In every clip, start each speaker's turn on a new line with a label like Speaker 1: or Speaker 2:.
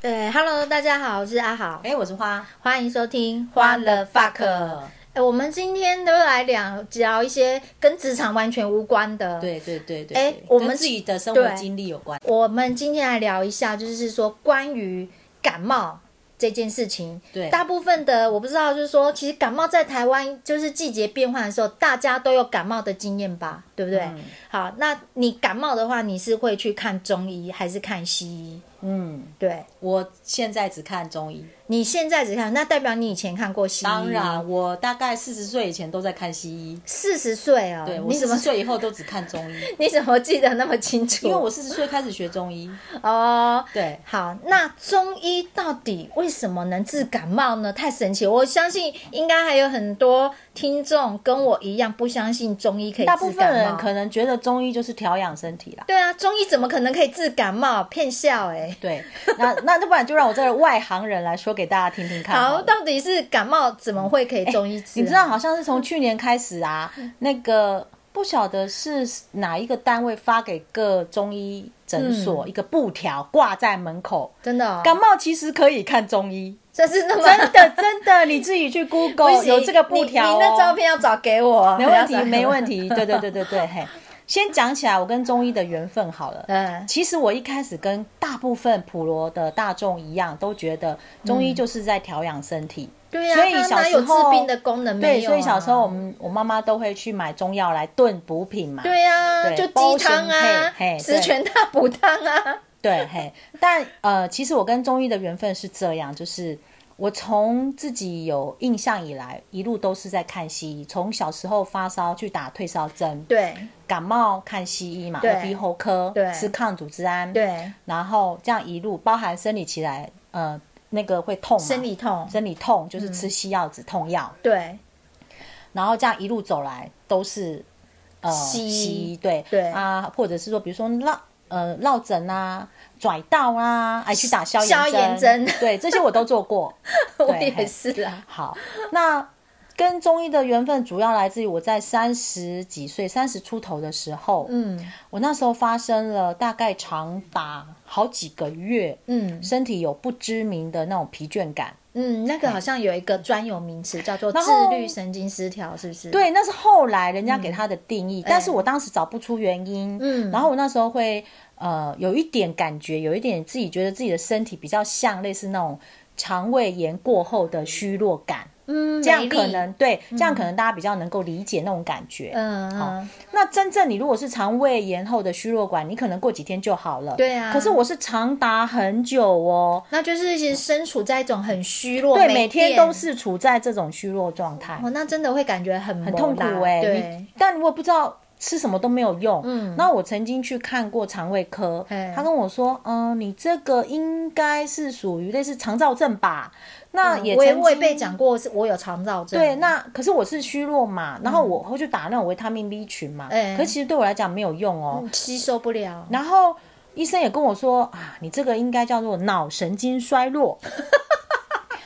Speaker 1: 对，Hello，大家好，我是阿豪，
Speaker 2: 哎、我是花
Speaker 1: 欢迎收听。
Speaker 2: 花了 fuck，
Speaker 1: 哎，我们今天都来聊聊一些跟职场完全无关的。，
Speaker 2: 对对对对，
Speaker 1: 哎
Speaker 2: 对
Speaker 1: 我们
Speaker 2: 跟自己的生活
Speaker 1: 对
Speaker 2: 经历有关。
Speaker 1: 我们今天来聊一下，就是说关于感冒这件事情。
Speaker 2: 对
Speaker 1: 大部分的我不知道，就是说，其实感冒在台湾就是季节变换的时候，大家都有感冒的经验吧，对不对？
Speaker 2: 嗯
Speaker 1: 好，那你感冒的话，你是会去看中医还是看西医？
Speaker 2: 嗯，
Speaker 1: 对，
Speaker 2: 我现在只看中医，
Speaker 1: 你现在只看，那代表你以前看过西医。
Speaker 2: 当，然我大概四十岁以前都在看西医，
Speaker 1: 四十岁哦，
Speaker 2: 对我
Speaker 1: 你
Speaker 2: 四
Speaker 1: 怎
Speaker 2: 十
Speaker 1: 么
Speaker 2: 岁以后都只看中 医，
Speaker 1: 你怎么记得那么清楚？
Speaker 2: 因为我四十岁开始学中医。
Speaker 1: 哦。
Speaker 2: 对，
Speaker 1: 好，那中医到底为什么能治感冒呢？太神奇了！我相信应该还有很多听众跟我一样不相信中医可以治感 冒。
Speaker 2: 大部分人可能觉得中医就是调养身体啦。
Speaker 1: 对啊，中医怎么可能可以治感冒？骗笑哎、
Speaker 2: 对，那那要不然就让我这个外行人来说给大家听听 看好
Speaker 1: 好，
Speaker 2: 了。
Speaker 1: 到底是感冒怎么会可以中医治啊、嗯
Speaker 2: 你知道，好像是从去年开始啊，那个不晓得是哪一个单位发给各中医诊所、一个布条挂在门口，
Speaker 1: 真嗯的、哦，
Speaker 2: 感冒其实可以看 中医，
Speaker 1: 这是那么
Speaker 2: 真的真的，你自己 去 Google 有这个布条、
Speaker 1: 你
Speaker 2: 哦，
Speaker 1: 你那照片要找给我，啊
Speaker 2: 没问
Speaker 1: 要
Speaker 2: 题，
Speaker 1: 找
Speaker 2: 没问题，对对对对对，嘿，先讲起来我跟中医的缘分好了。
Speaker 1: 嗯，
Speaker 2: 其实我一开始跟大部分普罗的大众一样，都觉得中
Speaker 1: 嗯
Speaker 2: 医就是在调养身体。
Speaker 1: 对啊，
Speaker 2: 所以
Speaker 1: 它
Speaker 2: 小
Speaker 1: 哪
Speaker 2: 时
Speaker 1: 有治
Speaker 2: 候
Speaker 1: 病的功能没
Speaker 2: 对，
Speaker 1: 有、啊？
Speaker 2: 所以小时候我们我妈妈都会去买中药来炖补品嘛。
Speaker 1: 对啊，
Speaker 2: 对
Speaker 1: 就鸡汤啊
Speaker 2: 包神嘿嘿，
Speaker 1: 十全大补汤啊，
Speaker 2: 对嘿，但呃，其实我跟中医的缘分是这样，就是我从自己有印象以来，一路都是在看西医，从小时候发烧去打退烧 针，
Speaker 1: 对
Speaker 2: 感冒看西医嘛，
Speaker 1: 对
Speaker 2: 耳鼻喉科
Speaker 1: 对
Speaker 2: 吃抗组织胺，
Speaker 1: 对，
Speaker 2: 然后这样一路包含生理期来，呃，那个会痛嘛，
Speaker 1: 生理嗯痛，
Speaker 2: 生理痛就是吃西药止痛药，
Speaker 1: 对
Speaker 2: 然后这样一路走来都是呃
Speaker 1: 西医
Speaker 2: 医对
Speaker 1: 对
Speaker 2: 啊，或者是说比如说落呃落枕啊、拽道啊，哎去打消炎
Speaker 1: 消炎针
Speaker 2: 对这些我都做过。
Speaker 1: 我
Speaker 2: 对
Speaker 1: 也是啊，
Speaker 2: 好，那跟中医的缘分主要来自于我在三十几岁、三十出头的时候，
Speaker 1: 嗯
Speaker 2: 我那时候发生了大概长达好几个月，
Speaker 1: 嗯
Speaker 2: 身体有不知名的那种疲倦感。
Speaker 1: 嗯，那个好像有一个专有名词叫做自
Speaker 2: 然后
Speaker 1: 律神经失调，是不是？，
Speaker 2: 对，那是后来人家给他的定义，但是我当时找不出原因。
Speaker 1: 哎嗯
Speaker 2: 然后我那时候会呃有一点感觉，有一点自己觉得自己的身体比较像类似那种肠胃炎过后的虚弱感，
Speaker 1: 嗯，
Speaker 2: 这样
Speaker 1: 美丽
Speaker 2: 可能对，这样可能大家比较能够理解那种感觉。
Speaker 1: 嗯嗯
Speaker 2: 那真正你如果是肠胃炎后的虚弱感，你可能过几天就好了。
Speaker 1: 对啊
Speaker 2: 可是我是长达很久哦，
Speaker 1: 那就是其实身处在一种很虚弱，
Speaker 2: 对，
Speaker 1: 没
Speaker 2: 每天
Speaker 1: 电
Speaker 2: 都是处在这种虚弱状态。
Speaker 1: 哦，那真的会感觉很很欸
Speaker 2: 很痛苦哎、
Speaker 1: 对
Speaker 2: 你，但我不知道吃什么都没有用。
Speaker 1: 嗯
Speaker 2: 那我曾经去看过肠胃科
Speaker 1: 嘿，
Speaker 2: 他跟我说，嗯，你这个应该是属于类似肠燥症吧？那也
Speaker 1: 啊我也
Speaker 2: 曾
Speaker 1: 嗯我也
Speaker 2: 经
Speaker 1: 被讲过，是我有肠燥症，
Speaker 2: 对，那可是我是虚弱
Speaker 1: 嗯
Speaker 2: 嘛，然后我会去打那种维他命 B 群嘛，
Speaker 1: 哎
Speaker 2: 可其实对我来讲没有用哦。
Speaker 1: 吸收不了，
Speaker 2: 然后医生也跟我说啊，你这个应该叫做脑神经衰弱，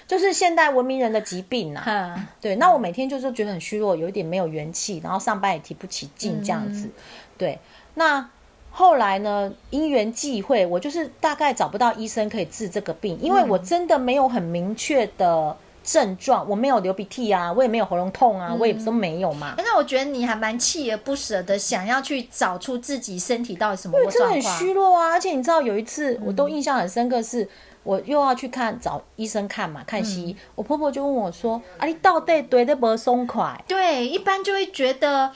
Speaker 2: 就是现代文明人的疾病啊。
Speaker 1: 嗯
Speaker 2: 对，那我每天就是觉得很虚弱，有一点没有元气，然后上班也提不起劲这样子。
Speaker 1: 嗯
Speaker 2: 对，那后来呢，因缘际会，我就是大概找不到医生可以治这个病，因为
Speaker 1: 嗯
Speaker 2: 我真的没有很明确的症状，我没有流鼻涕啊，我也没有喉咙痛啊，我也都没有嘛。
Speaker 1: 哎那我觉得你还蛮锲而不舍的，想要去找出自己身体到底什么
Speaker 2: 真的
Speaker 1: 状
Speaker 2: 很
Speaker 1: 况。嗯
Speaker 2: 虚弱啊！而且你知道有一次，我都印象很深刻是，我又要去看找医生看嘛，看西医。
Speaker 1: 嗯
Speaker 2: 我婆婆就问我说：“啊，你到底对得不松快？”
Speaker 1: 对，一般就会觉得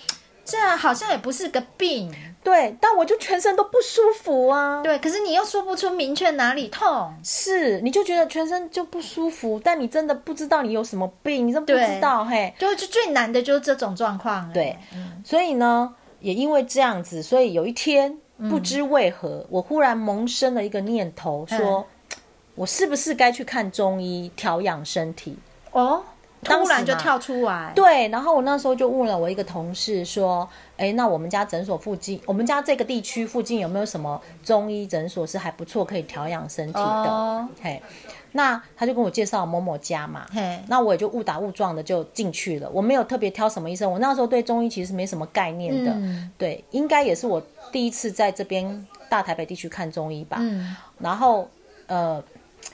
Speaker 1: 这好像也不是个病，
Speaker 2: 对，但我就全身都不舒服啊。
Speaker 1: 对，可是你又说不出明确哪里痛，
Speaker 2: 是，你就觉得全身就不舒服，但你真的不知道你有什么病，你真不
Speaker 1: 对
Speaker 2: 知道嘿。
Speaker 1: 就就最难的就是这种状况了。
Speaker 2: 对，
Speaker 1: 嗯
Speaker 2: 所以呢，也因为这样子，所以有一天
Speaker 1: 嗯
Speaker 2: 不知为何，我忽然萌生了一个念头，说、
Speaker 1: 嗯
Speaker 2: 我是不是该去看中医调养身体？
Speaker 1: 哦，
Speaker 2: 当
Speaker 1: 突
Speaker 2: 时
Speaker 1: 然就
Speaker 2: 嘛
Speaker 1: 跳出来，
Speaker 2: 对，然后我那时候就问了我一个同事说，哎，那我们家诊所附近，我们家这个地区附近有没有什么中医诊所是还不错可以调养身体的？
Speaker 1: 哦
Speaker 2: 嘿，那他就跟我介绍某某家嘛，
Speaker 1: 嘿，
Speaker 2: 那我也就误打误撞的就进去了，我没有特别挑什么医生，我那时候对中医其实没什么概念的，
Speaker 1: 嗯
Speaker 2: 对，应该也是我第一次在这边大台北地区看中医吧，
Speaker 1: 嗯
Speaker 2: 然后呃，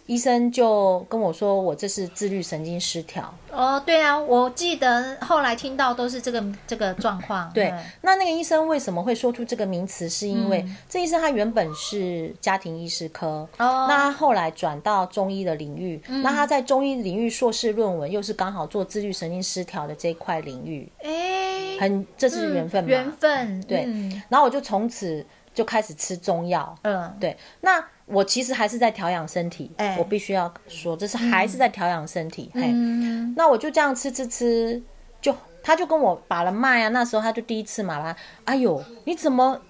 Speaker 2: 医生就跟我说，我这是自律神经失调。
Speaker 1: 哦，对啊，我记得后来听到都是这个这个状况。
Speaker 2: 对，哎那那个医生为什么会说出这个名词？是因为、这医生他原本是家庭医师科，
Speaker 1: 嗯哦嗯
Speaker 2: 那他后来转到中医的领域，那他在中医领域硕士论文又是刚好做自律神经失调的这一块领域，
Speaker 1: 哎，
Speaker 2: 很这是缘分嘛？
Speaker 1: 缘分，
Speaker 2: 对
Speaker 1: 嗯
Speaker 2: 然后我就从此就开始吃中药，
Speaker 1: 嗯，
Speaker 2: 对，那我其实还是在调养身体，
Speaker 1: 哎
Speaker 2: 我必须要说，这是还是在调养身体。嘿，
Speaker 1: 嗯，
Speaker 2: 那我就这样吃吃吃，就他就跟我把了脉啊，那时候他就第一次嘛啦，哎呦，你怎么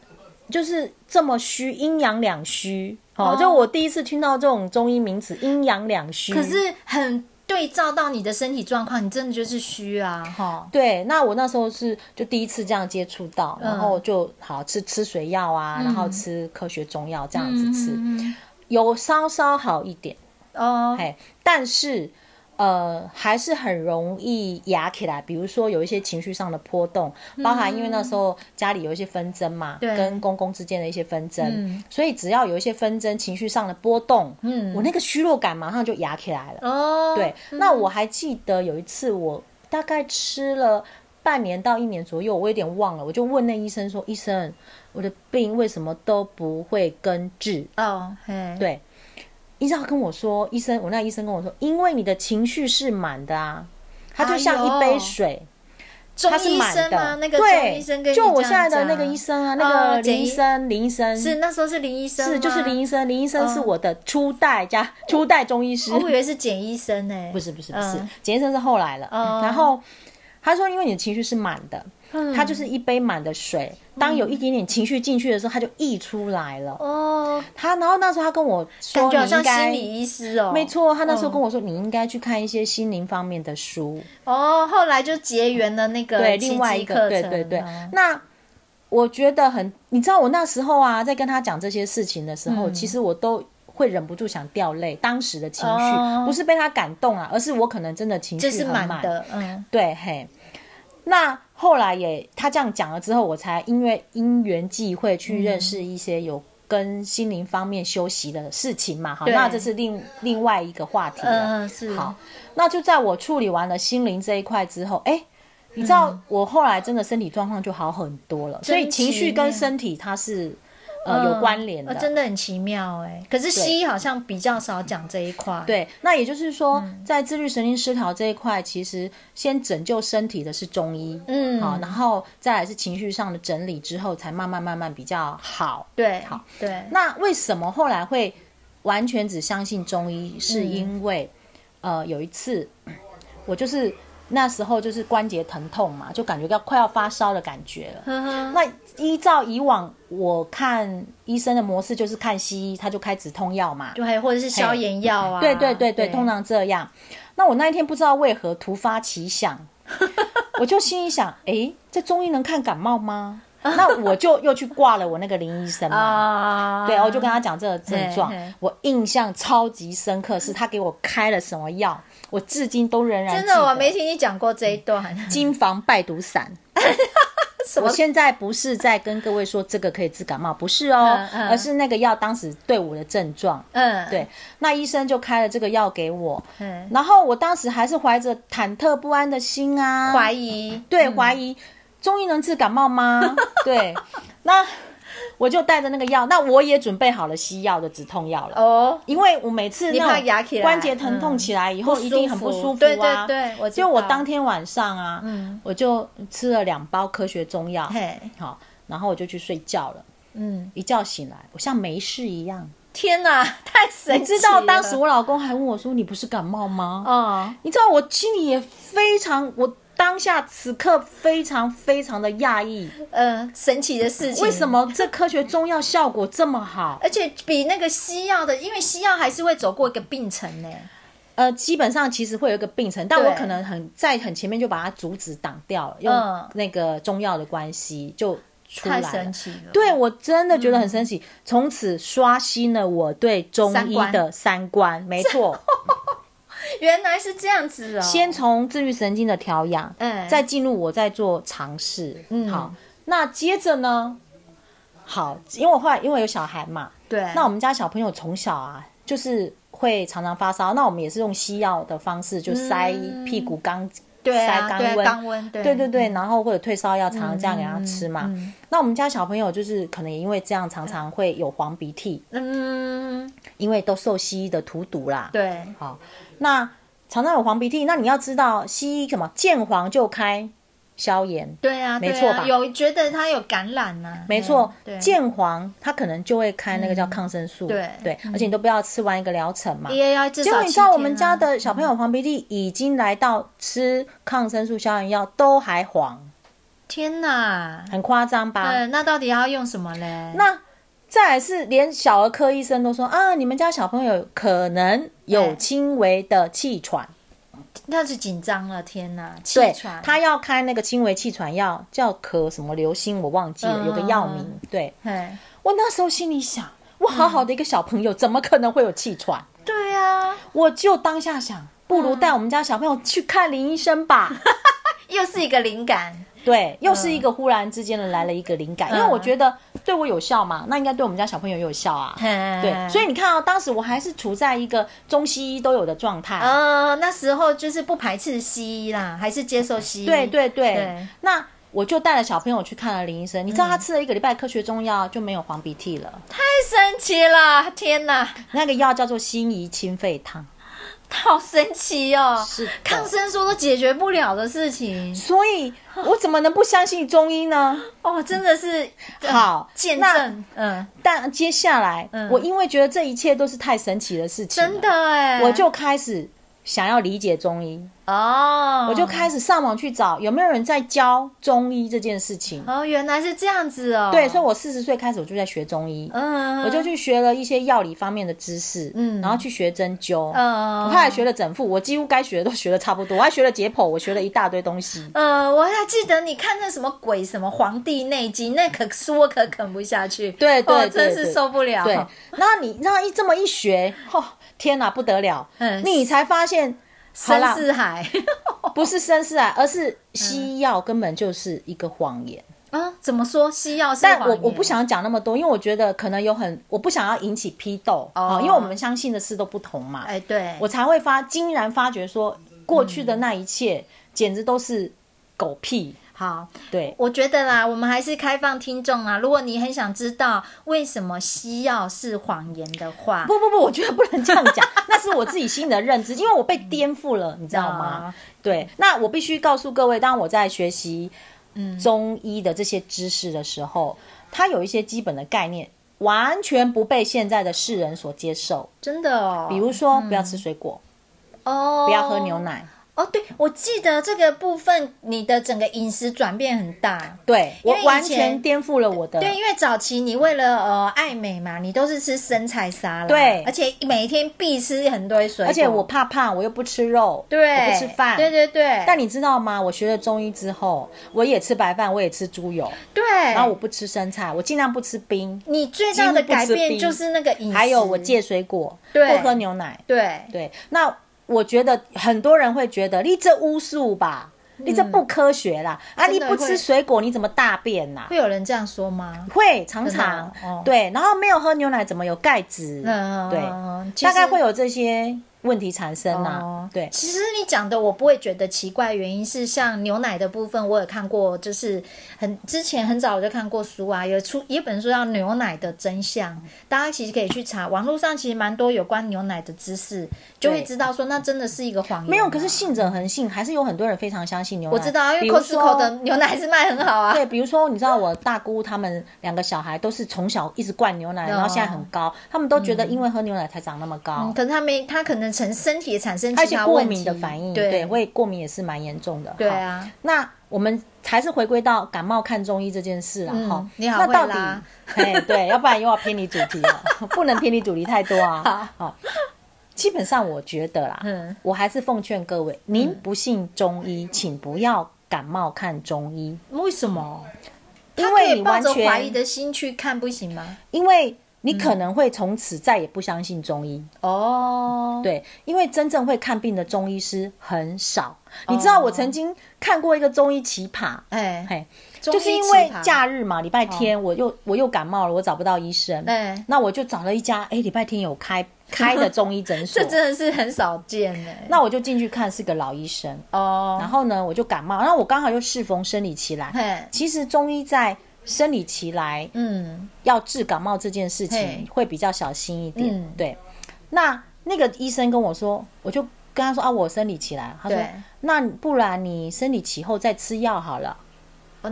Speaker 2: 就是这么虚，阴阳两虚？哦
Speaker 1: 哦，
Speaker 2: 就我第一次听到这种中医名词“阴阳两虚”，
Speaker 1: 可是很对照到你的身体状况，你真的就是虚啊，哈，
Speaker 2: 对，那我那时候是就第一次这样接触到，然
Speaker 1: 嗯
Speaker 2: 后就好吃吃水药啊，然后吃科学中药这样子吃，
Speaker 1: 嗯，
Speaker 2: 有稍稍好一点。
Speaker 1: 哦，
Speaker 2: 哎，但是呃，还是很容易压起来。比如说有一些情绪上的波动，包含因为那时候家里有一些纷争嘛，
Speaker 1: 嗯对
Speaker 2: 跟公公之间的一些纷争，
Speaker 1: 嗯
Speaker 2: 所以只要有一些纷争，情绪上的波动，
Speaker 1: 嗯
Speaker 2: 我那个虚弱感马上就压起来了。
Speaker 1: 哦，
Speaker 2: 对，那我还记得有一次，我大概吃了。半年到一年左右，我有点忘了，我就问那医生说：“医生，我的病为什么都不会根治？”
Speaker 1: 哦，嘿，
Speaker 2: 对，医生跟我说，医生，我那医生跟我说，因为你的情绪是满的啊，它就像一
Speaker 1: 哎
Speaker 2: 杯
Speaker 1: 呦
Speaker 2: 水，
Speaker 1: 中
Speaker 2: 它是
Speaker 1: 医
Speaker 2: 满
Speaker 1: 生
Speaker 2: 的
Speaker 1: 吗？。那个中医生跟
Speaker 2: 对，
Speaker 1: 你
Speaker 2: 就我
Speaker 1: 这
Speaker 2: 现
Speaker 1: 样
Speaker 2: 在的那个
Speaker 1: 讲
Speaker 2: 医生啊，
Speaker 1: 哦
Speaker 2: 那个
Speaker 1: 简
Speaker 2: 林医生，林医生
Speaker 1: 是那时候是林医生吗，
Speaker 2: 是就是林医生，林医生是
Speaker 1: 哦
Speaker 2: 我的初代加初代中医师，
Speaker 1: 哦我以为是简医生呢，
Speaker 2: 不是不是不是
Speaker 1: 嗯，
Speaker 2: 简医生是后来了。
Speaker 1: 哦
Speaker 2: 然后他说，因为你的情绪是满的，
Speaker 1: 嗯，
Speaker 2: 它就是一杯满的水，当有一点点情绪进去的时候，它就溢出来了。
Speaker 1: 哦，
Speaker 2: 他然后那时候他跟我
Speaker 1: 感觉好
Speaker 2: 说，哦你应
Speaker 1: 像
Speaker 2: 该
Speaker 1: 心理医师哦，
Speaker 2: 没。错，他那时候跟我说，你应该去看一些心灵方面的书。
Speaker 1: 哦，后来就结缘了那个
Speaker 2: 对，
Speaker 1: 奇
Speaker 2: 另外一
Speaker 1: 迹
Speaker 2: 个，
Speaker 1: 课
Speaker 2: 对
Speaker 1: 程
Speaker 2: 对对
Speaker 1: 哦。
Speaker 2: 那我觉得很，你知道，我那时候啊，在跟他讲这些事情的时
Speaker 1: 嗯
Speaker 2: 候，其实我都会忍不住想掉泪。当时的情绪、
Speaker 1: 哦
Speaker 2: 不是被他感动啊，而是我可能真的情
Speaker 1: 这
Speaker 2: 绪
Speaker 1: 是
Speaker 2: 很
Speaker 1: 满的，嗯，
Speaker 2: 对，啊嘿。那后来也他这样讲了之后，我才因为因缘际会去认识一些有跟心灵方面修习的事情嘛。好，
Speaker 1: 对
Speaker 2: 那这是另另外一个话题了。
Speaker 1: 嗯嗯是
Speaker 2: 好，那就在我处理完了心灵这一块之后，哎、你知道我后来真的身体状况就好很多了，所
Speaker 1: 嗯
Speaker 2: 以
Speaker 1: 真
Speaker 2: 情
Speaker 1: 奇
Speaker 2: 绪跟
Speaker 1: 妙
Speaker 2: 身体它是呃有关联的
Speaker 1: 呃。真的很奇妙哎。可是西医好像比较少讲这一块，，
Speaker 2: 对，那也就是说，
Speaker 1: 嗯
Speaker 2: 在自律神经失调这一块，其实先拯救身体的是中医，
Speaker 1: 嗯
Speaker 2: 好，然后再来是情绪上的整理之后，才慢慢慢慢比较好。
Speaker 1: 对，
Speaker 2: 好，
Speaker 1: 对，
Speaker 2: 那为什么后来会完全只相信中医？是因为、呃，有一次我就是那时候就是关节疼痛嘛，就感觉要快要发烧的感觉了。
Speaker 1: 呵呵，
Speaker 2: 那依照以往我看医生的模式，就是看西医，他就开止痛药嘛，
Speaker 1: 就还有或者是消炎药啊，
Speaker 2: 对对对对，通常这样。那我那一天不知道为何突发 奇想，我就心里想，诶，这中医能看感冒吗？那我就又去挂了我那个林医生 嘛。
Speaker 1: 啊，
Speaker 2: 对，哦我就跟他讲这个症状
Speaker 1: 嘿嘿，嗯
Speaker 2: 我印象超级深刻，是他给我开了什么药，我至今都仍然
Speaker 1: 真
Speaker 2: 记
Speaker 1: 的
Speaker 2: 得
Speaker 1: 我没听你讲过这一段，
Speaker 2: 金防败 毒散。我现在不是在跟各位说这个可以治感冒，不是哦，
Speaker 1: 嗯嗯
Speaker 2: 而是那个药当时对我的症状。
Speaker 1: 嗯，
Speaker 2: 对，那医生就开了这个药给我，
Speaker 1: 嗯，
Speaker 2: 然后我当时还是怀着忐忑不安的心啊，
Speaker 1: 怀疑，嗯
Speaker 2: 对怀疑，中医能治感 冒吗？对，那我就带着那个药，那我也准备好了西药的止痛药了。
Speaker 1: 哦，
Speaker 2: 因为我每次
Speaker 1: 你怕
Speaker 2: 那
Speaker 1: 压起
Speaker 2: 种
Speaker 1: 来嗯
Speaker 2: 关节疼痛起来以后，
Speaker 1: 不舒服
Speaker 2: 一定很不舒服啊。
Speaker 1: 对对对我知
Speaker 2: 就我
Speaker 1: 道
Speaker 2: 当天晚上啊，
Speaker 1: 嗯
Speaker 2: 我就吃了两包科学中药，
Speaker 1: 嘿，
Speaker 2: 好，然后我就去睡觉了。
Speaker 1: 嗯，
Speaker 2: 一觉醒来，我像没事一样。
Speaker 1: 天哪， 太神奇
Speaker 2: 你
Speaker 1: 了！
Speaker 2: 知道当时我老公还问我说：“你不是感冒吗？”
Speaker 1: 哦，
Speaker 2: 你知道我心里也非常，我当下此刻非常非常的讶异，
Speaker 1: 呃，神奇的事情，
Speaker 2: 为什？么这科学中药效果这么好？
Speaker 1: 而且比那个西药的，因为西药还是会走过一个病程呢。
Speaker 2: 呃，基本上其实会有一个病程，但我
Speaker 1: 对
Speaker 2: 可能很在很前面就把它阻止挡掉了，
Speaker 1: 嗯
Speaker 2: 用那个中药的关系就出
Speaker 1: 太
Speaker 2: 来了
Speaker 1: 神。奇了。，嗯
Speaker 2: 对我真的觉得很神奇，从此刷新了我对中
Speaker 1: 三
Speaker 2: 医
Speaker 1: 观
Speaker 2: 的三观。没 错，
Speaker 1: 原来是这样子哦。
Speaker 2: 先从自律神经的调养，
Speaker 1: 嗯
Speaker 2: 再进入我在做尝试。
Speaker 1: 嗯
Speaker 2: 好，那接着呢？好，因为我后来因为有小孩嘛，
Speaker 1: 对，
Speaker 2: 那我们家小朋友从小啊，就是会常常发烧，那我们也是用西药的方式，就塞屁股肛、
Speaker 1: 对
Speaker 2: 塞
Speaker 1: 啊，对
Speaker 2: 肛
Speaker 1: 啊
Speaker 2: 温，
Speaker 1: 肛温，对嗯
Speaker 2: 对
Speaker 1: 嗯对嗯
Speaker 2: 对对，然后或者退烧药常常这样给他吃嘛。那我们家小朋友就是可能也因为这样，常常会有黄鼻涕，
Speaker 1: 嗯，
Speaker 2: 因为都受西医的荼毒啦。
Speaker 1: 对，
Speaker 2: 好，那常常有黄鼻涕，那你要知道西医什么见黄就开消炎，
Speaker 1: 对啊，
Speaker 2: 没
Speaker 1: 对
Speaker 2: 错
Speaker 1: 啊
Speaker 2: 吧
Speaker 1: 有觉得他有感染呐、啊，
Speaker 2: 没错
Speaker 1: 嗯，对，
Speaker 2: 见黄它可能就会开那个叫抗生素，
Speaker 1: 对嗯
Speaker 2: 而且你都不要吃完一个疗程嘛。
Speaker 1: 也要至
Speaker 2: 结果
Speaker 1: 少
Speaker 2: 你
Speaker 1: 七
Speaker 2: 知
Speaker 1: 天啊、
Speaker 2: 道我们家的小朋友黄鼻涕已经来到吃抗生素消炎药都还黄，
Speaker 1: 天哪，
Speaker 2: 很夸张吧？
Speaker 1: 对，那到底要用什么嘞？
Speaker 2: 啊那再来是连小儿科医生都说啊，你们家小朋友可能有
Speaker 1: 对
Speaker 2: 轻微的气喘，
Speaker 1: 那是紧张了，天哪，气
Speaker 2: 对
Speaker 1: 喘，，
Speaker 2: 他要开那个轻微气喘药，叫可什么流星，我忘记了，
Speaker 1: 嗯
Speaker 2: 有个药名。对
Speaker 1: 嘿，
Speaker 2: 我那时候心里想，我好好的一个小朋友，怎么可能会有气喘？
Speaker 1: 对啊，
Speaker 2: 我就当下想，
Speaker 1: 嗯
Speaker 2: 不如带我们家小朋友去看林医 生吧。
Speaker 1: 又是一个灵感，
Speaker 2: 对，又是一个忽然之间的来了一个灵感，因
Speaker 1: 嗯
Speaker 2: 为我觉得对我有效嘛，那应该对我们家小朋友也有效啊。对，所
Speaker 1: 以。
Speaker 2: 以你看啊，当时我还是处在一个中西医都有的状态。
Speaker 1: 呃，那时候就是不排斥西医啦，还是接受西医。
Speaker 2: 对对对，
Speaker 1: 对嗯
Speaker 2: 那我就带了小朋友去看了林医生，你知道他吃了一个礼拜科学中药就没有黄鼻涕了，
Speaker 1: 太神奇了！天哪，
Speaker 2: 那个药叫做辛夷清肺汤，
Speaker 1: 好神奇哦！
Speaker 2: 是的
Speaker 1: 抗生素都解决不了的事情
Speaker 2: 所以我怎么能不相信中医 呢？
Speaker 1: 哦，真的是呃
Speaker 2: 好
Speaker 1: 见
Speaker 2: 那
Speaker 1: 证，嗯，
Speaker 2: 但接下来、
Speaker 1: 嗯
Speaker 2: 我因为觉得这一切都是太神奇的事情了，
Speaker 1: 真的哎，
Speaker 2: 我就开始想要理解中医，
Speaker 1: 哦，
Speaker 2: 我就开始上网去找有没有人在教中医这件事情。
Speaker 1: 哦，原来是这样子哦，
Speaker 2: 对，所以我四十岁开始我就在学中医，
Speaker 1: 嗯，
Speaker 2: 我就去学了一些药理方面的知识，嗯，
Speaker 1: 嗯
Speaker 2: 然后去学针灸，
Speaker 1: 嗯
Speaker 2: 我后来学了整复，我几乎该学的都学的差不多，我还学了解剖，我学了一大堆东西。
Speaker 1: 呃，我还记得你看那什么鬼什么《黄帝内经》，那可是我可啃不下去，
Speaker 2: 对对
Speaker 1: 哦
Speaker 2: 对
Speaker 1: 真是受不了。
Speaker 2: 对，然后你那一这么一学，哦，天哪，不得了！
Speaker 1: 嗯
Speaker 2: 你才发现，好
Speaker 1: 深
Speaker 2: 啦，
Speaker 1: 似海
Speaker 2: 不是绅士啊，而
Speaker 1: 嗯
Speaker 2: 是西药根本就是一个谎言。
Speaker 1: 啊，怎么说西药是
Speaker 2: 但
Speaker 1: 谎
Speaker 2: 我
Speaker 1: 言
Speaker 2: 我不想讲那么多，因为我觉得可能有很，我不想要引起批斗啊、
Speaker 1: 哦
Speaker 2: 因为我们相信的事都不同嘛。
Speaker 1: 哎，对，
Speaker 2: 我才会发惊然发觉说，过去的那一
Speaker 1: 嗯
Speaker 2: 切简直都是狗屁。
Speaker 1: 好，
Speaker 2: 对，
Speaker 1: 我觉得啦，我们还是开放听众啦。如果你很想知道为什么西药是谎言的话，
Speaker 2: 不不不，我觉得不能这样讲，那是我自己心里的认知，因为我被颠覆了，你知道吗
Speaker 1: 嗯啊？
Speaker 2: 对，那我必须告诉各位，当我在学习
Speaker 1: 嗯
Speaker 2: 中医的这些知识的时候，它有一些基本的概念。完全不被现在的世人所接受，
Speaker 1: 真的哦，
Speaker 2: 比如说不要吃水果，
Speaker 1: 哦，
Speaker 2: 不要喝牛。奶，
Speaker 1: 哦，对，我记得这个部分，你的整个饮食转变很大。
Speaker 2: 对
Speaker 1: 因
Speaker 2: 我
Speaker 1: 为以
Speaker 2: 完
Speaker 1: 前
Speaker 2: 全颠覆了我的
Speaker 1: 对，因为早期你为了呃爱美嘛，你都是吃生菜沙拉，
Speaker 2: 对
Speaker 1: 而且每天必吃很多水果，
Speaker 2: 而且我怕胖，我又不吃肉，
Speaker 1: 对
Speaker 2: 我不吃饭，
Speaker 1: 对对对，
Speaker 2: 但你知道吗？我学了中医之后，我也吃白饭，我也吃猪油，
Speaker 1: 对，
Speaker 2: 然后我不吃生菜，我尽量不吃冰，
Speaker 1: 你最大的改
Speaker 2: 几乎不吃
Speaker 1: 变
Speaker 2: 冰
Speaker 1: 就是那个饮食，
Speaker 2: 还有我戒水果，
Speaker 1: 对
Speaker 2: 不喝牛奶。
Speaker 1: 对
Speaker 2: 对，那我觉得很多人会觉得你这巫术吧，你这不科学啦，
Speaker 1: 嗯
Speaker 2: 啊，
Speaker 1: 真
Speaker 2: 你
Speaker 1: 的
Speaker 2: 不吃
Speaker 1: 会
Speaker 2: 水果你怎么大便呐、
Speaker 1: 会有人这样说吗？
Speaker 2: 会常
Speaker 1: 真的
Speaker 2: 常、
Speaker 1: 哦
Speaker 2: 对，然后没有喝牛奶怎么有钙质？
Speaker 1: 嗯
Speaker 2: 对，
Speaker 1: 其
Speaker 2: 大概
Speaker 1: 实
Speaker 2: 会有这些问题产生呐、
Speaker 1: 哦，
Speaker 2: 啊对，
Speaker 1: 其实你讲的我不会觉得奇怪，原因是像牛奶的部分，我也看过，就是很之前很早我就看过书啊，有出一本书叫《牛奶的真相》，
Speaker 2: 嗯
Speaker 1: 大家其实可以去查，网络上其实蛮多有关牛奶的知识，就会知道说那真的是一个谎言啊。
Speaker 2: 没有，可是信者恒信，还是有很多人非常相信牛奶。
Speaker 1: 我知道啊，因
Speaker 2: 比
Speaker 1: 为
Speaker 2: 如说
Speaker 1: Costco 的牛奶是卖很好啊。
Speaker 2: 对，比如说，你知道我大姑他们两个小孩都是从小一直灌牛奶，然后现在很高，他们都觉得因为喝牛奶才长那么
Speaker 1: 嗯
Speaker 2: 高，
Speaker 1: 可是他没，他可能成身体产生
Speaker 2: 而
Speaker 1: 其
Speaker 2: 且
Speaker 1: 他
Speaker 2: 过
Speaker 1: 问
Speaker 2: 敏
Speaker 1: 题
Speaker 2: 的反应，
Speaker 1: 对
Speaker 2: 对，会过敏也是蛮严重的。
Speaker 1: 对
Speaker 2: 好，
Speaker 1: 啊，
Speaker 2: 那我们还是回归到感冒看中医这件事啦，
Speaker 1: 嗯
Speaker 2: 哈、
Speaker 1: 你好
Speaker 2: 那
Speaker 1: 会
Speaker 2: 到底
Speaker 1: 拉，
Speaker 2: 哎，对，要不然又要偏离主题了，不能偏离主题太多 啊。好。基本上我觉得啦，
Speaker 1: 嗯
Speaker 2: 我还是奉劝各位，您不信中医，请不要感冒看中医，
Speaker 1: 为什么？
Speaker 2: 因
Speaker 1: 他可
Speaker 2: 为
Speaker 1: 以
Speaker 2: 你
Speaker 1: 抱
Speaker 2: 完
Speaker 1: 着
Speaker 2: 全
Speaker 1: 怀疑的心去看，不行吗？
Speaker 2: 因为你可
Speaker 1: 嗯
Speaker 2: 能会从此再也不相信中医，
Speaker 1: 哦，
Speaker 2: 对，因为真正会看病的中医师很少。你知
Speaker 1: 哦
Speaker 2: 道我曾经看过一个中医奇葩，
Speaker 1: 哎、
Speaker 2: 嘿，
Speaker 1: 中
Speaker 2: 就是
Speaker 1: 医
Speaker 2: 因
Speaker 1: 奇
Speaker 2: 为
Speaker 1: 葩哦
Speaker 2: 假日嘛，礼拜天我又我又感冒了，我找不到医生，
Speaker 1: 对
Speaker 2: 那我就找了一家，哎，礼拜天有开开的中医诊 所
Speaker 1: 这。真的是很少见哎、
Speaker 2: 那我就进去看，是个老医生。
Speaker 1: 哦，
Speaker 2: 然后呢，我就感冒，然后我刚好又适逢生理期来。
Speaker 1: 嘿，
Speaker 2: 其实中医在生理期来
Speaker 1: 嗯
Speaker 2: 要治感冒这件事情
Speaker 1: 嘿
Speaker 2: 会比较小心一点。
Speaker 1: 嗯
Speaker 2: 对，那那个医生跟我说，我就跟他说啊，我生理期来，他说
Speaker 1: 对
Speaker 2: 那不然你生理期后再吃药好了。
Speaker 1: 哦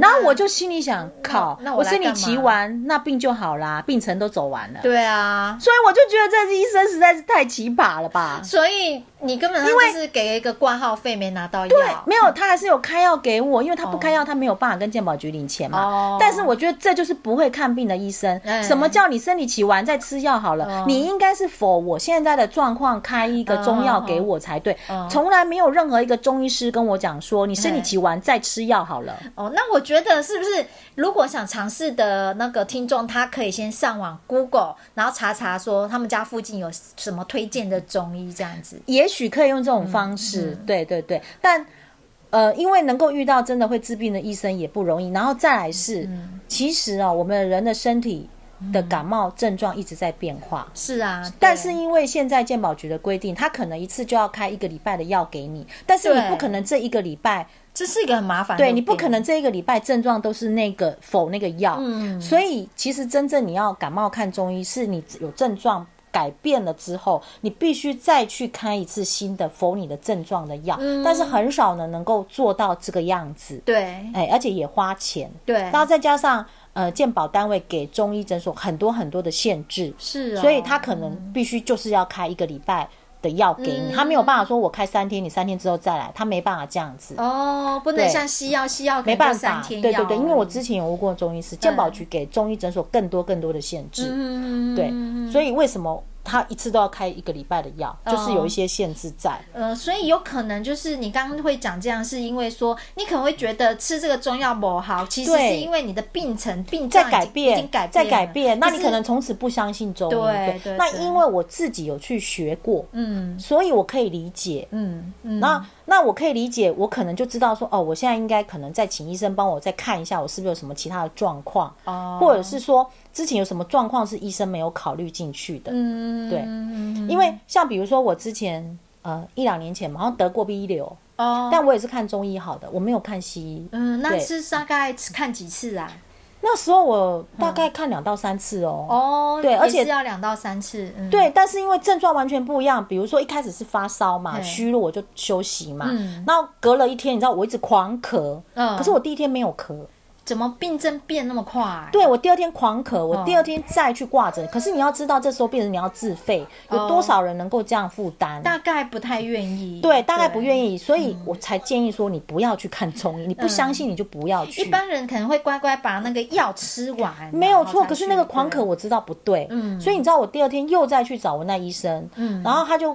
Speaker 2: 然后
Speaker 1: 那
Speaker 2: 我就心里想，靠，
Speaker 1: 那
Speaker 2: 我
Speaker 1: 我来
Speaker 2: 生理
Speaker 1: 干
Speaker 2: 期
Speaker 1: 嘛
Speaker 2: 完，那病就好啦，病程都走完了。
Speaker 1: 对啊，
Speaker 2: 所以我就觉得这医生实在是太奇葩了吧？
Speaker 1: 所以你根本上就是给一个挂号费没拿到药，
Speaker 2: 对，没有，他还是有开药给我，因为他不开药，他没有办法跟健保局领钱嘛。
Speaker 1: 哦
Speaker 2: 但是我觉得这就是不会看病的医生。
Speaker 1: 嗯
Speaker 2: 什么叫你生理期完再吃药好了？
Speaker 1: 哦
Speaker 2: 你应该是否我现在的状况开一个中药给我才对。
Speaker 1: 哦
Speaker 2: 从来没有任何一个中医师跟我讲说，你生
Speaker 1: 哎
Speaker 2: 理期完再吃药好了。
Speaker 1: 哦，那我觉得是不是如果想尝试的那个听众，他可以先上网 Google，然后查查说他们家附近有什么推荐的中医这样子。
Speaker 2: 也许可以用这种方式，对对对，但。呃，因为能够遇到真的会治病的医生也不容易，然后再来是，其实啊、我们人的身体的感冒症状一直在变化，
Speaker 1: 是啊，
Speaker 2: 但
Speaker 1: 对
Speaker 2: 是因为现在健保局的规定，他可能一次就要开一个礼拜的药给你，但是你
Speaker 1: 对
Speaker 2: 不可能这一个礼拜，
Speaker 1: 这是一个很麻烦的
Speaker 2: 对
Speaker 1: 病，
Speaker 2: 你不可能这一个礼拜症状都是那个否那个药，
Speaker 1: 嗯
Speaker 2: 所以其实真正你要感冒看中医，是你有症状。改变了之后，你必须再去开一次新的否你的症状的药，
Speaker 1: 嗯
Speaker 2: 但是很少呢能够做到这个样子，
Speaker 1: 对
Speaker 2: 哎，而且也花钱，
Speaker 1: 对，
Speaker 2: 然后再加上呃健保单位给中医诊所很多很多的限制，
Speaker 1: 是、哦，
Speaker 2: 所以他可能必须就是要开一个礼拜的药给
Speaker 1: 嗯
Speaker 2: 你，他没有办法说我开三天，你三天之后再来，他没办法这样子，
Speaker 1: 哦，不能
Speaker 2: 对
Speaker 1: 像西药，西药可能
Speaker 2: 没办
Speaker 1: 就三
Speaker 2: 法。
Speaker 1: 天
Speaker 2: 对
Speaker 1: 药
Speaker 2: 对对，因为我之前有问过中医师，健保局给中医诊所更多更多的限制，
Speaker 1: 嗯
Speaker 2: 对，所以为什么他一次都要开一个礼拜的药，就
Speaker 1: 哦
Speaker 2: 是有一些限制在。
Speaker 1: 呃，所以有可能就是你刚刚会讲这样，是因为说你可能会觉得吃这个中药不好，其实
Speaker 2: 对
Speaker 1: 是因为你的病程病
Speaker 2: 在
Speaker 1: 在
Speaker 2: 改
Speaker 1: 已
Speaker 2: 变
Speaker 1: 经改，
Speaker 2: 在
Speaker 1: 变
Speaker 2: 改
Speaker 1: 了
Speaker 2: 变，那你
Speaker 1: 是
Speaker 2: 可能从此不相信中医。
Speaker 1: 对对
Speaker 2: 那
Speaker 1: 对
Speaker 2: 因为我自己有去学过，
Speaker 1: 嗯
Speaker 2: 所以我可以理解。
Speaker 1: 嗯嗯，
Speaker 2: 那那我可以理解，我可能就知道说，哦，我现在应该可能再请医生帮我再看一下，我是不是有什么其他的状况，
Speaker 1: 哦，
Speaker 2: 或者是说之前有什么状况是医生没有考虑进去的。
Speaker 1: 嗯
Speaker 2: 对
Speaker 1: 嗯
Speaker 2: 因为像比如说我之前呃一两年前嘛，好像得过鼻瘤，
Speaker 1: 哦，
Speaker 2: 但我也是看中医好的，我没有看西医。
Speaker 1: 嗯，那
Speaker 2: 对
Speaker 1: 是大概看几次啊？
Speaker 2: 那时候我大概看两到三次哦。
Speaker 1: 嗯哦，
Speaker 2: 对
Speaker 1: 也
Speaker 2: 而且
Speaker 1: 是要两到三次，嗯，
Speaker 2: 对，但是因为症状完全不一样，比如说一开始是发烧嘛，
Speaker 1: 对
Speaker 2: 虚弱我就休息嘛，
Speaker 1: 嗯
Speaker 2: 然后隔了一天，你知道我一直狂咳，
Speaker 1: 嗯
Speaker 2: 可是我第一天没有咳，
Speaker 1: 怎么病症变那么快？啊
Speaker 2: 对我第二天狂咳，我第二
Speaker 1: 嗯
Speaker 2: 天再去挂诊。可是你要知道，这时候变成你要自费，有
Speaker 1: 哦
Speaker 2: 多少人能够这样负担？
Speaker 1: 大概不太愿意，
Speaker 2: 对，大概不
Speaker 1: 意。
Speaker 2: 愿意，所
Speaker 1: 嗯
Speaker 2: 以我才建议说你不要去看中医，你不相信你就不要去。
Speaker 1: 一般人可能会乖乖把那个药吃完，啊
Speaker 2: 没有
Speaker 1: 然后
Speaker 2: 错，
Speaker 1: 才
Speaker 2: 可是
Speaker 1: 去
Speaker 2: 那个狂
Speaker 1: 对
Speaker 2: 咳我知道不对，
Speaker 1: 嗯
Speaker 2: 所以你知道我第二天又再去找我那医生，
Speaker 1: 嗯
Speaker 2: 然后他就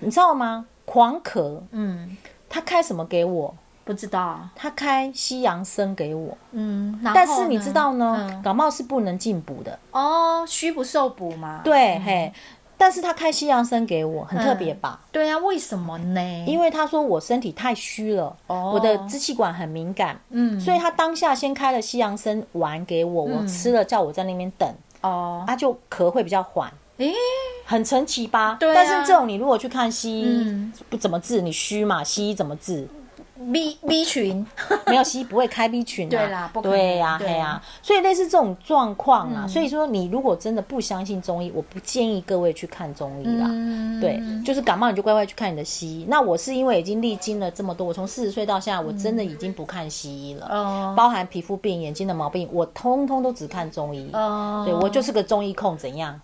Speaker 2: 你知道吗？狂咳，
Speaker 1: 嗯，
Speaker 2: 他开什么给我？
Speaker 1: 不知道，
Speaker 2: 他开西洋参给我，
Speaker 1: 嗯，然
Speaker 2: 但
Speaker 1: 后
Speaker 2: 是你知道呢，
Speaker 1: 嗯
Speaker 2: 感冒是不能进补的，
Speaker 1: 哦，虚不受补嘛，
Speaker 2: 对，嘿，但是他开西洋参给我，很特别
Speaker 1: 嗯
Speaker 2: 吧？
Speaker 1: 对啊，为什么呢？
Speaker 2: 因为他说我身体太虚了，
Speaker 1: 哦
Speaker 2: 我的支气管很敏感，
Speaker 1: 嗯，
Speaker 2: 所以他当下先开了西洋参丸给我，我吃了，叫我在那边等，
Speaker 1: 哦，
Speaker 2: 他就咳会比较缓，
Speaker 1: 诶，
Speaker 2: 很神奇吧？
Speaker 1: 对啊
Speaker 2: 但是这种你如果去看西医
Speaker 1: 嗯
Speaker 2: 不怎么治，你虚嘛，西医怎么治？
Speaker 1: B B 群，
Speaker 2: 没有西医不会开 B 群啊，
Speaker 1: 对啦不可能
Speaker 2: 对呀，
Speaker 1: 对啊嗯
Speaker 2: 嘿呀，所以类似这种状况啊，所以说你如果真的不相信中医，我不建议各位去看中医啦。
Speaker 1: 嗯，
Speaker 2: 对，就是感冒你就乖乖去看你的西医。那我是因为已经历经了这么多，我从四十岁到现在，我真的已经不看西医了，
Speaker 1: 哦
Speaker 2: 包含皮肤病、眼睛的毛病，我通通都只看中医。
Speaker 1: 哦，
Speaker 2: 对我就是个中医控，怎样？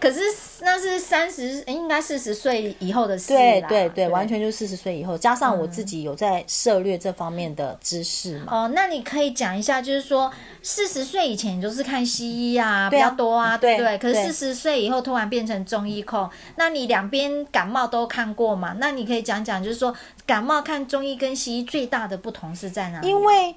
Speaker 1: 可是那是三十，诶应该四十岁以后的事
Speaker 2: 对
Speaker 1: 啦嗯
Speaker 2: 对对，完。全就是四十岁以后，加上我自己有在涉略这方面的知识嘛。
Speaker 1: 哦，那你可以讲一下，就是说四十岁以前你就是看西医啊比
Speaker 2: 对啊
Speaker 1: 较多啊，对不对？
Speaker 2: 对
Speaker 1: 可
Speaker 2: 对
Speaker 1: 是四十岁以后突然变成中医控，那你两边感冒都看过嘛？那你可以讲讲，就是说感冒看中医跟西医最大的不同是在哪里？
Speaker 2: 因为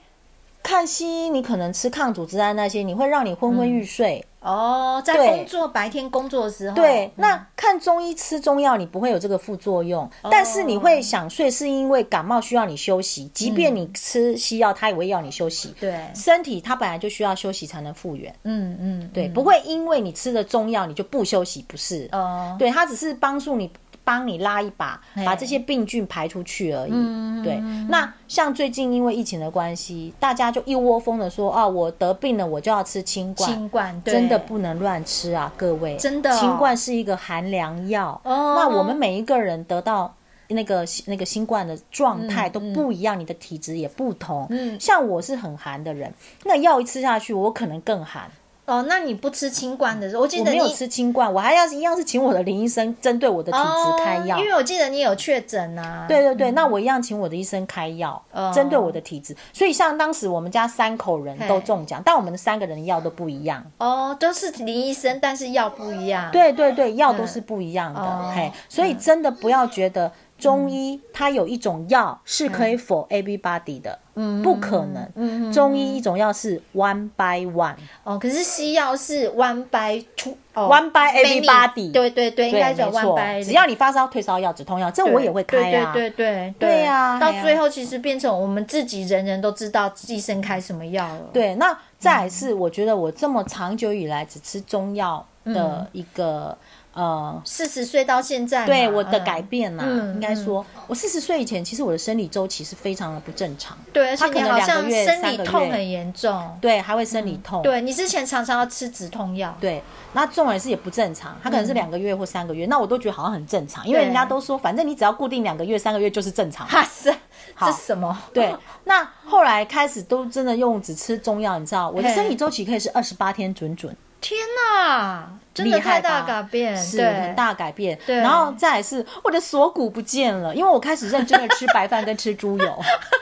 Speaker 2: 看西医，你可能吃抗组织胺那些，你会让你昏昏欲睡，
Speaker 1: 哦，在
Speaker 2: 对
Speaker 1: 工作白天工作的时候，
Speaker 2: 对，
Speaker 1: 嗯哦
Speaker 2: 那看中医吃中药，你不会有这个副作用，但是你会想睡，是因为感冒需要你休息，即便你吃西药，它也会要你休息。
Speaker 1: 嗯对，
Speaker 2: 身体它本来就需要休息才能复原，
Speaker 1: 嗯嗯，
Speaker 2: 对，
Speaker 1: 嗯
Speaker 2: 不会因为你吃了中药你就不休息，不是？
Speaker 1: 哦，
Speaker 2: 对，它只是帮助你帮你拉一把，
Speaker 1: 嘿
Speaker 2: 把这些病菌排出去而已。
Speaker 1: 嗯
Speaker 2: 对，那像最近因为疫情的关系，大家就一窝蜂的说啊，我得病了，我就要吃清冠。
Speaker 1: 清冠对
Speaker 2: 真的不能乱吃啊，各位！
Speaker 1: 真的哦
Speaker 2: 新冠是一个寒凉药。
Speaker 1: 哦
Speaker 2: 那我们每一个人得到那个那个新冠的状态都不一样，你的体质也不同。
Speaker 1: 嗯
Speaker 2: 像我是很寒的人，那药一吃下去，我可能更寒。
Speaker 1: 哦，那你不吃清冠的时候，我记
Speaker 2: 我
Speaker 1: 得
Speaker 2: 没
Speaker 1: 你
Speaker 2: 有吃清冠，我还要是一样是请我的林医生针对我的体质开药。
Speaker 1: 哦，因为我记得你有确诊啊，
Speaker 2: 对对对，那我一样请我的医生开药，
Speaker 1: 哦
Speaker 2: 针对我的体质。所以像当时我们家三口人都
Speaker 1: 嘿
Speaker 2: 中奖，但我们三个人的药都不一样。
Speaker 1: 哦，都是林医生，但是药不一样，，
Speaker 2: 对对对，药都是不一样的，
Speaker 1: 嗯哦嗯
Speaker 2: 嘿，所以真的不要觉得中医它有一种药是可以否 everybody 的，嗯，不可能，嗯，中医一种药是 one by one，one
Speaker 1: 哦，可是西药是 one by two，哦
Speaker 2: by
Speaker 1: many，
Speaker 2: everybody，
Speaker 1: 对对对，应
Speaker 2: 对，
Speaker 1: 该叫
Speaker 2: 没
Speaker 1: one
Speaker 2: 错
Speaker 1: by，，
Speaker 2: 只要你发烧、退烧药、止痛药，这我也会开啊，
Speaker 1: 对对对对
Speaker 2: 对啊
Speaker 1: 到
Speaker 2: 嘿啊
Speaker 1: 最后其实变成我们自己人人都知道医生开什么药了，
Speaker 2: 对，那再
Speaker 1: 嗯
Speaker 2: 来是我觉得我这么长久以来只吃中药的一个、呃
Speaker 1: 四十岁到现在嘛，
Speaker 2: 对我的
Speaker 1: 嗯嗯
Speaker 2: 改变呐、
Speaker 1: 嗯
Speaker 2: 应该说，我四十岁以前，其实我的生理周期是非常的不正常，
Speaker 1: 对，而且
Speaker 2: 它
Speaker 1: 你
Speaker 2: 可能
Speaker 1: 好
Speaker 2: 两
Speaker 1: 像
Speaker 2: 个月
Speaker 1: 生
Speaker 2: 三
Speaker 1: 理
Speaker 2: 个
Speaker 1: 痛
Speaker 2: 月
Speaker 1: 很严重，
Speaker 2: 对，还会生理痛，
Speaker 1: 嗯对你之前常常要吃止痛药，
Speaker 2: 对，那纵然是也不正常，它可能是两个月或三个月，那我都觉得好像很正常，因
Speaker 1: 嗯
Speaker 2: 为
Speaker 1: 对
Speaker 2: 人家都说，反正你只要固定两个月、三个月就是正常。
Speaker 1: 哈是这
Speaker 2: 好
Speaker 1: 什么？
Speaker 2: 对， 那后来开始都真的用只吃中药，你知道，我的
Speaker 1: 嘿
Speaker 2: 生理周期可以是二十八天准准，
Speaker 1: 天哪，真的
Speaker 2: 厉害
Speaker 1: 太
Speaker 2: 吧
Speaker 1: 大改变，
Speaker 2: 是
Speaker 1: 对
Speaker 2: 很，大改变。
Speaker 1: 对
Speaker 2: 然后再来是我的锁骨不见了，因为我开始认真的吃白饭跟吃 猪油，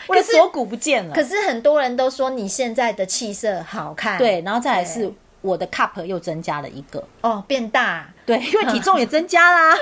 Speaker 2: 我的锁骨不见了
Speaker 1: 可。是很多人都说你现在的气色好看，
Speaker 2: 对，然后再来是我的 cup 又增加了一个，
Speaker 1: 哦，变大。
Speaker 2: 对，因为体重也增加啦。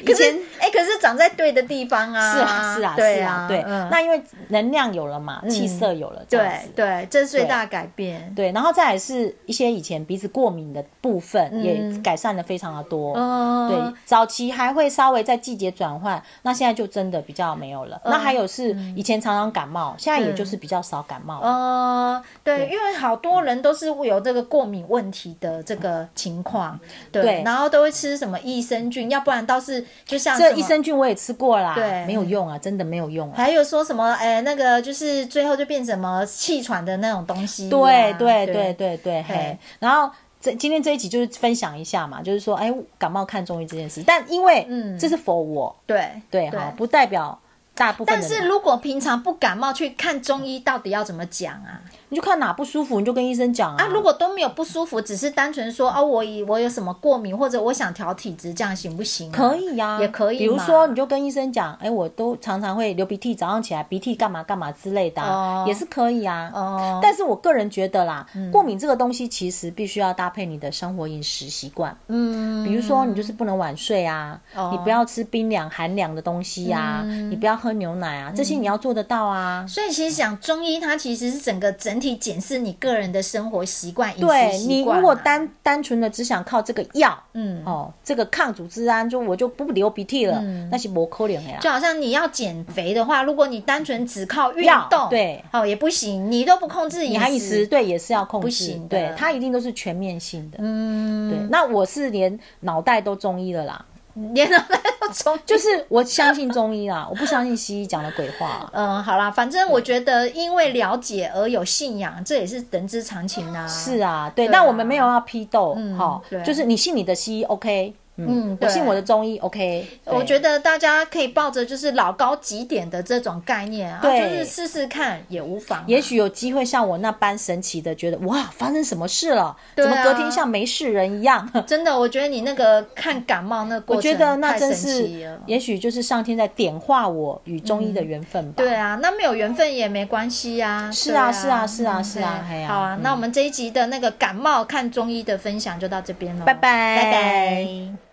Speaker 2: 以
Speaker 1: 可是
Speaker 2: 前，
Speaker 1: 哎、可是长在对的地方 啊！
Speaker 2: 是啊，是啊，
Speaker 1: 对
Speaker 2: 是啊，对。
Speaker 1: 嗯
Speaker 2: 那因为能量有了嘛，气色有了，这样
Speaker 1: 对
Speaker 2: 子。
Speaker 1: 对，这是最大的改变。
Speaker 2: 对，然后再来是一些以前鼻子过敏的部分也
Speaker 1: 嗯
Speaker 2: 改善的非常的多。
Speaker 1: 哦，
Speaker 2: 对，早期还会稍微在季节转换，那现在就真的比较没有了。那还有是以前常常感冒，现在也就是比较少感冒了。
Speaker 1: 哦，对，因为好多人都是有这个过敏问题的这个情况，对，
Speaker 2: 对
Speaker 1: 然后都会吃什么益生菌，要不然倒是就像什
Speaker 2: 这
Speaker 1: 么
Speaker 2: 益生菌我也吃过啦，
Speaker 1: 对
Speaker 2: 没有用啊，真的没有用啊。
Speaker 1: 还有说什么，哎，那个就是最后就变什么气喘的那种东西啊、
Speaker 2: 对对对
Speaker 1: 对，
Speaker 2: 对对，
Speaker 1: 对
Speaker 2: 嘿。然后这今天这一集就是分享一下嘛，就是说，哎，感冒看中医这件事，但因为
Speaker 1: 嗯
Speaker 2: 这是 for 我，
Speaker 1: 对
Speaker 2: 对哈，不代表大部分
Speaker 1: 但
Speaker 2: 的人。
Speaker 1: 是如果平常不感冒去看中医，到底要怎么讲啊？
Speaker 2: 你就看哪不舒服，你就跟医生讲啊。
Speaker 1: 啊，如果都没有不舒服，只是单纯说哦，我以我有什么过敏，或者我想调体质，这样行不行啊、
Speaker 2: 可以呀、
Speaker 1: 也可以嘛。
Speaker 2: 比如说，你就跟医生讲，哎，我都常常会流鼻涕，早上起来鼻涕干嘛干嘛之类的啊、
Speaker 1: 哦
Speaker 2: 也是可以啊。
Speaker 1: 哦，嗯
Speaker 2: 但是我个人觉得啦，过敏这个东西其实必须要搭配你的生活饮食习惯，
Speaker 1: 嗯，
Speaker 2: 比如说你就是不能晚睡啊，
Speaker 1: 哦嗯
Speaker 2: 你不要吃冰凉寒凉的东西啊，你不要喝牛奶啊，这些你要做得到啊。
Speaker 1: 所以其实讲中医，它其实是整个整体检视你个人的生活习惯、饮食
Speaker 2: 对你
Speaker 1: 习惯啊。
Speaker 2: 如果单单纯的只想靠这个药，
Speaker 1: 嗯，
Speaker 2: 哦，这个抗组织胺就我就不流鼻涕了，那是不可能的啦。
Speaker 1: 就好像你要减肥的话，如果你单纯只靠运
Speaker 2: 药
Speaker 1: 动，
Speaker 2: 对，
Speaker 1: 哦也不行，你都不控制饮食，
Speaker 2: 你还饮食对也是要控
Speaker 1: 不
Speaker 2: 制
Speaker 1: 行，的
Speaker 2: 对，它一定都是全面性的。嗯，对。那我是连脑袋都中医了啦，
Speaker 1: 连脑袋都冲。
Speaker 2: 就是我相信中医啦，我不相信西医讲的鬼话啊。
Speaker 1: 嗯，好啦，反正我觉得因为了解而有信仰，这也是人之常情呐、
Speaker 2: 是啊，对。
Speaker 1: 对啊嗯
Speaker 2: 但我们没有要批斗，哈
Speaker 1: 对，
Speaker 2: 就是你信你的西医，OK，
Speaker 1: 嗯
Speaker 2: 嗯，我
Speaker 1: 对
Speaker 2: 信我的中医，OK。
Speaker 1: 我觉
Speaker 2: 得
Speaker 1: 得大家可以抱着就是老高几点的这种概念啊，
Speaker 2: 对
Speaker 1: 就是试试看也无妨啊、
Speaker 2: 也许有机会像我那般神奇的，觉得哇，发生什么事了？
Speaker 1: 对啊
Speaker 2: 怎么隔天像没事人一样？
Speaker 1: 真的，我觉得你那个看感冒那过
Speaker 2: 我觉
Speaker 1: 程
Speaker 2: 得那
Speaker 1: 太
Speaker 2: 真
Speaker 1: 神
Speaker 2: 是
Speaker 1: 奇了，。
Speaker 2: 也许就是上天在点化我与中医的缘分吧。
Speaker 1: 对啊，那没有缘分也没关系呀、
Speaker 2: 是
Speaker 1: 对
Speaker 2: 啊
Speaker 1: 啊，
Speaker 2: 是啊是啊
Speaker 1: 嗯
Speaker 2: 是啊
Speaker 1: 嘿
Speaker 2: 嘿啊
Speaker 1: 好啊、
Speaker 2: 嗯
Speaker 1: 那我们这一集的那个感冒看中医的分享就到这边了，
Speaker 2: 拜拜
Speaker 1: 拜拜。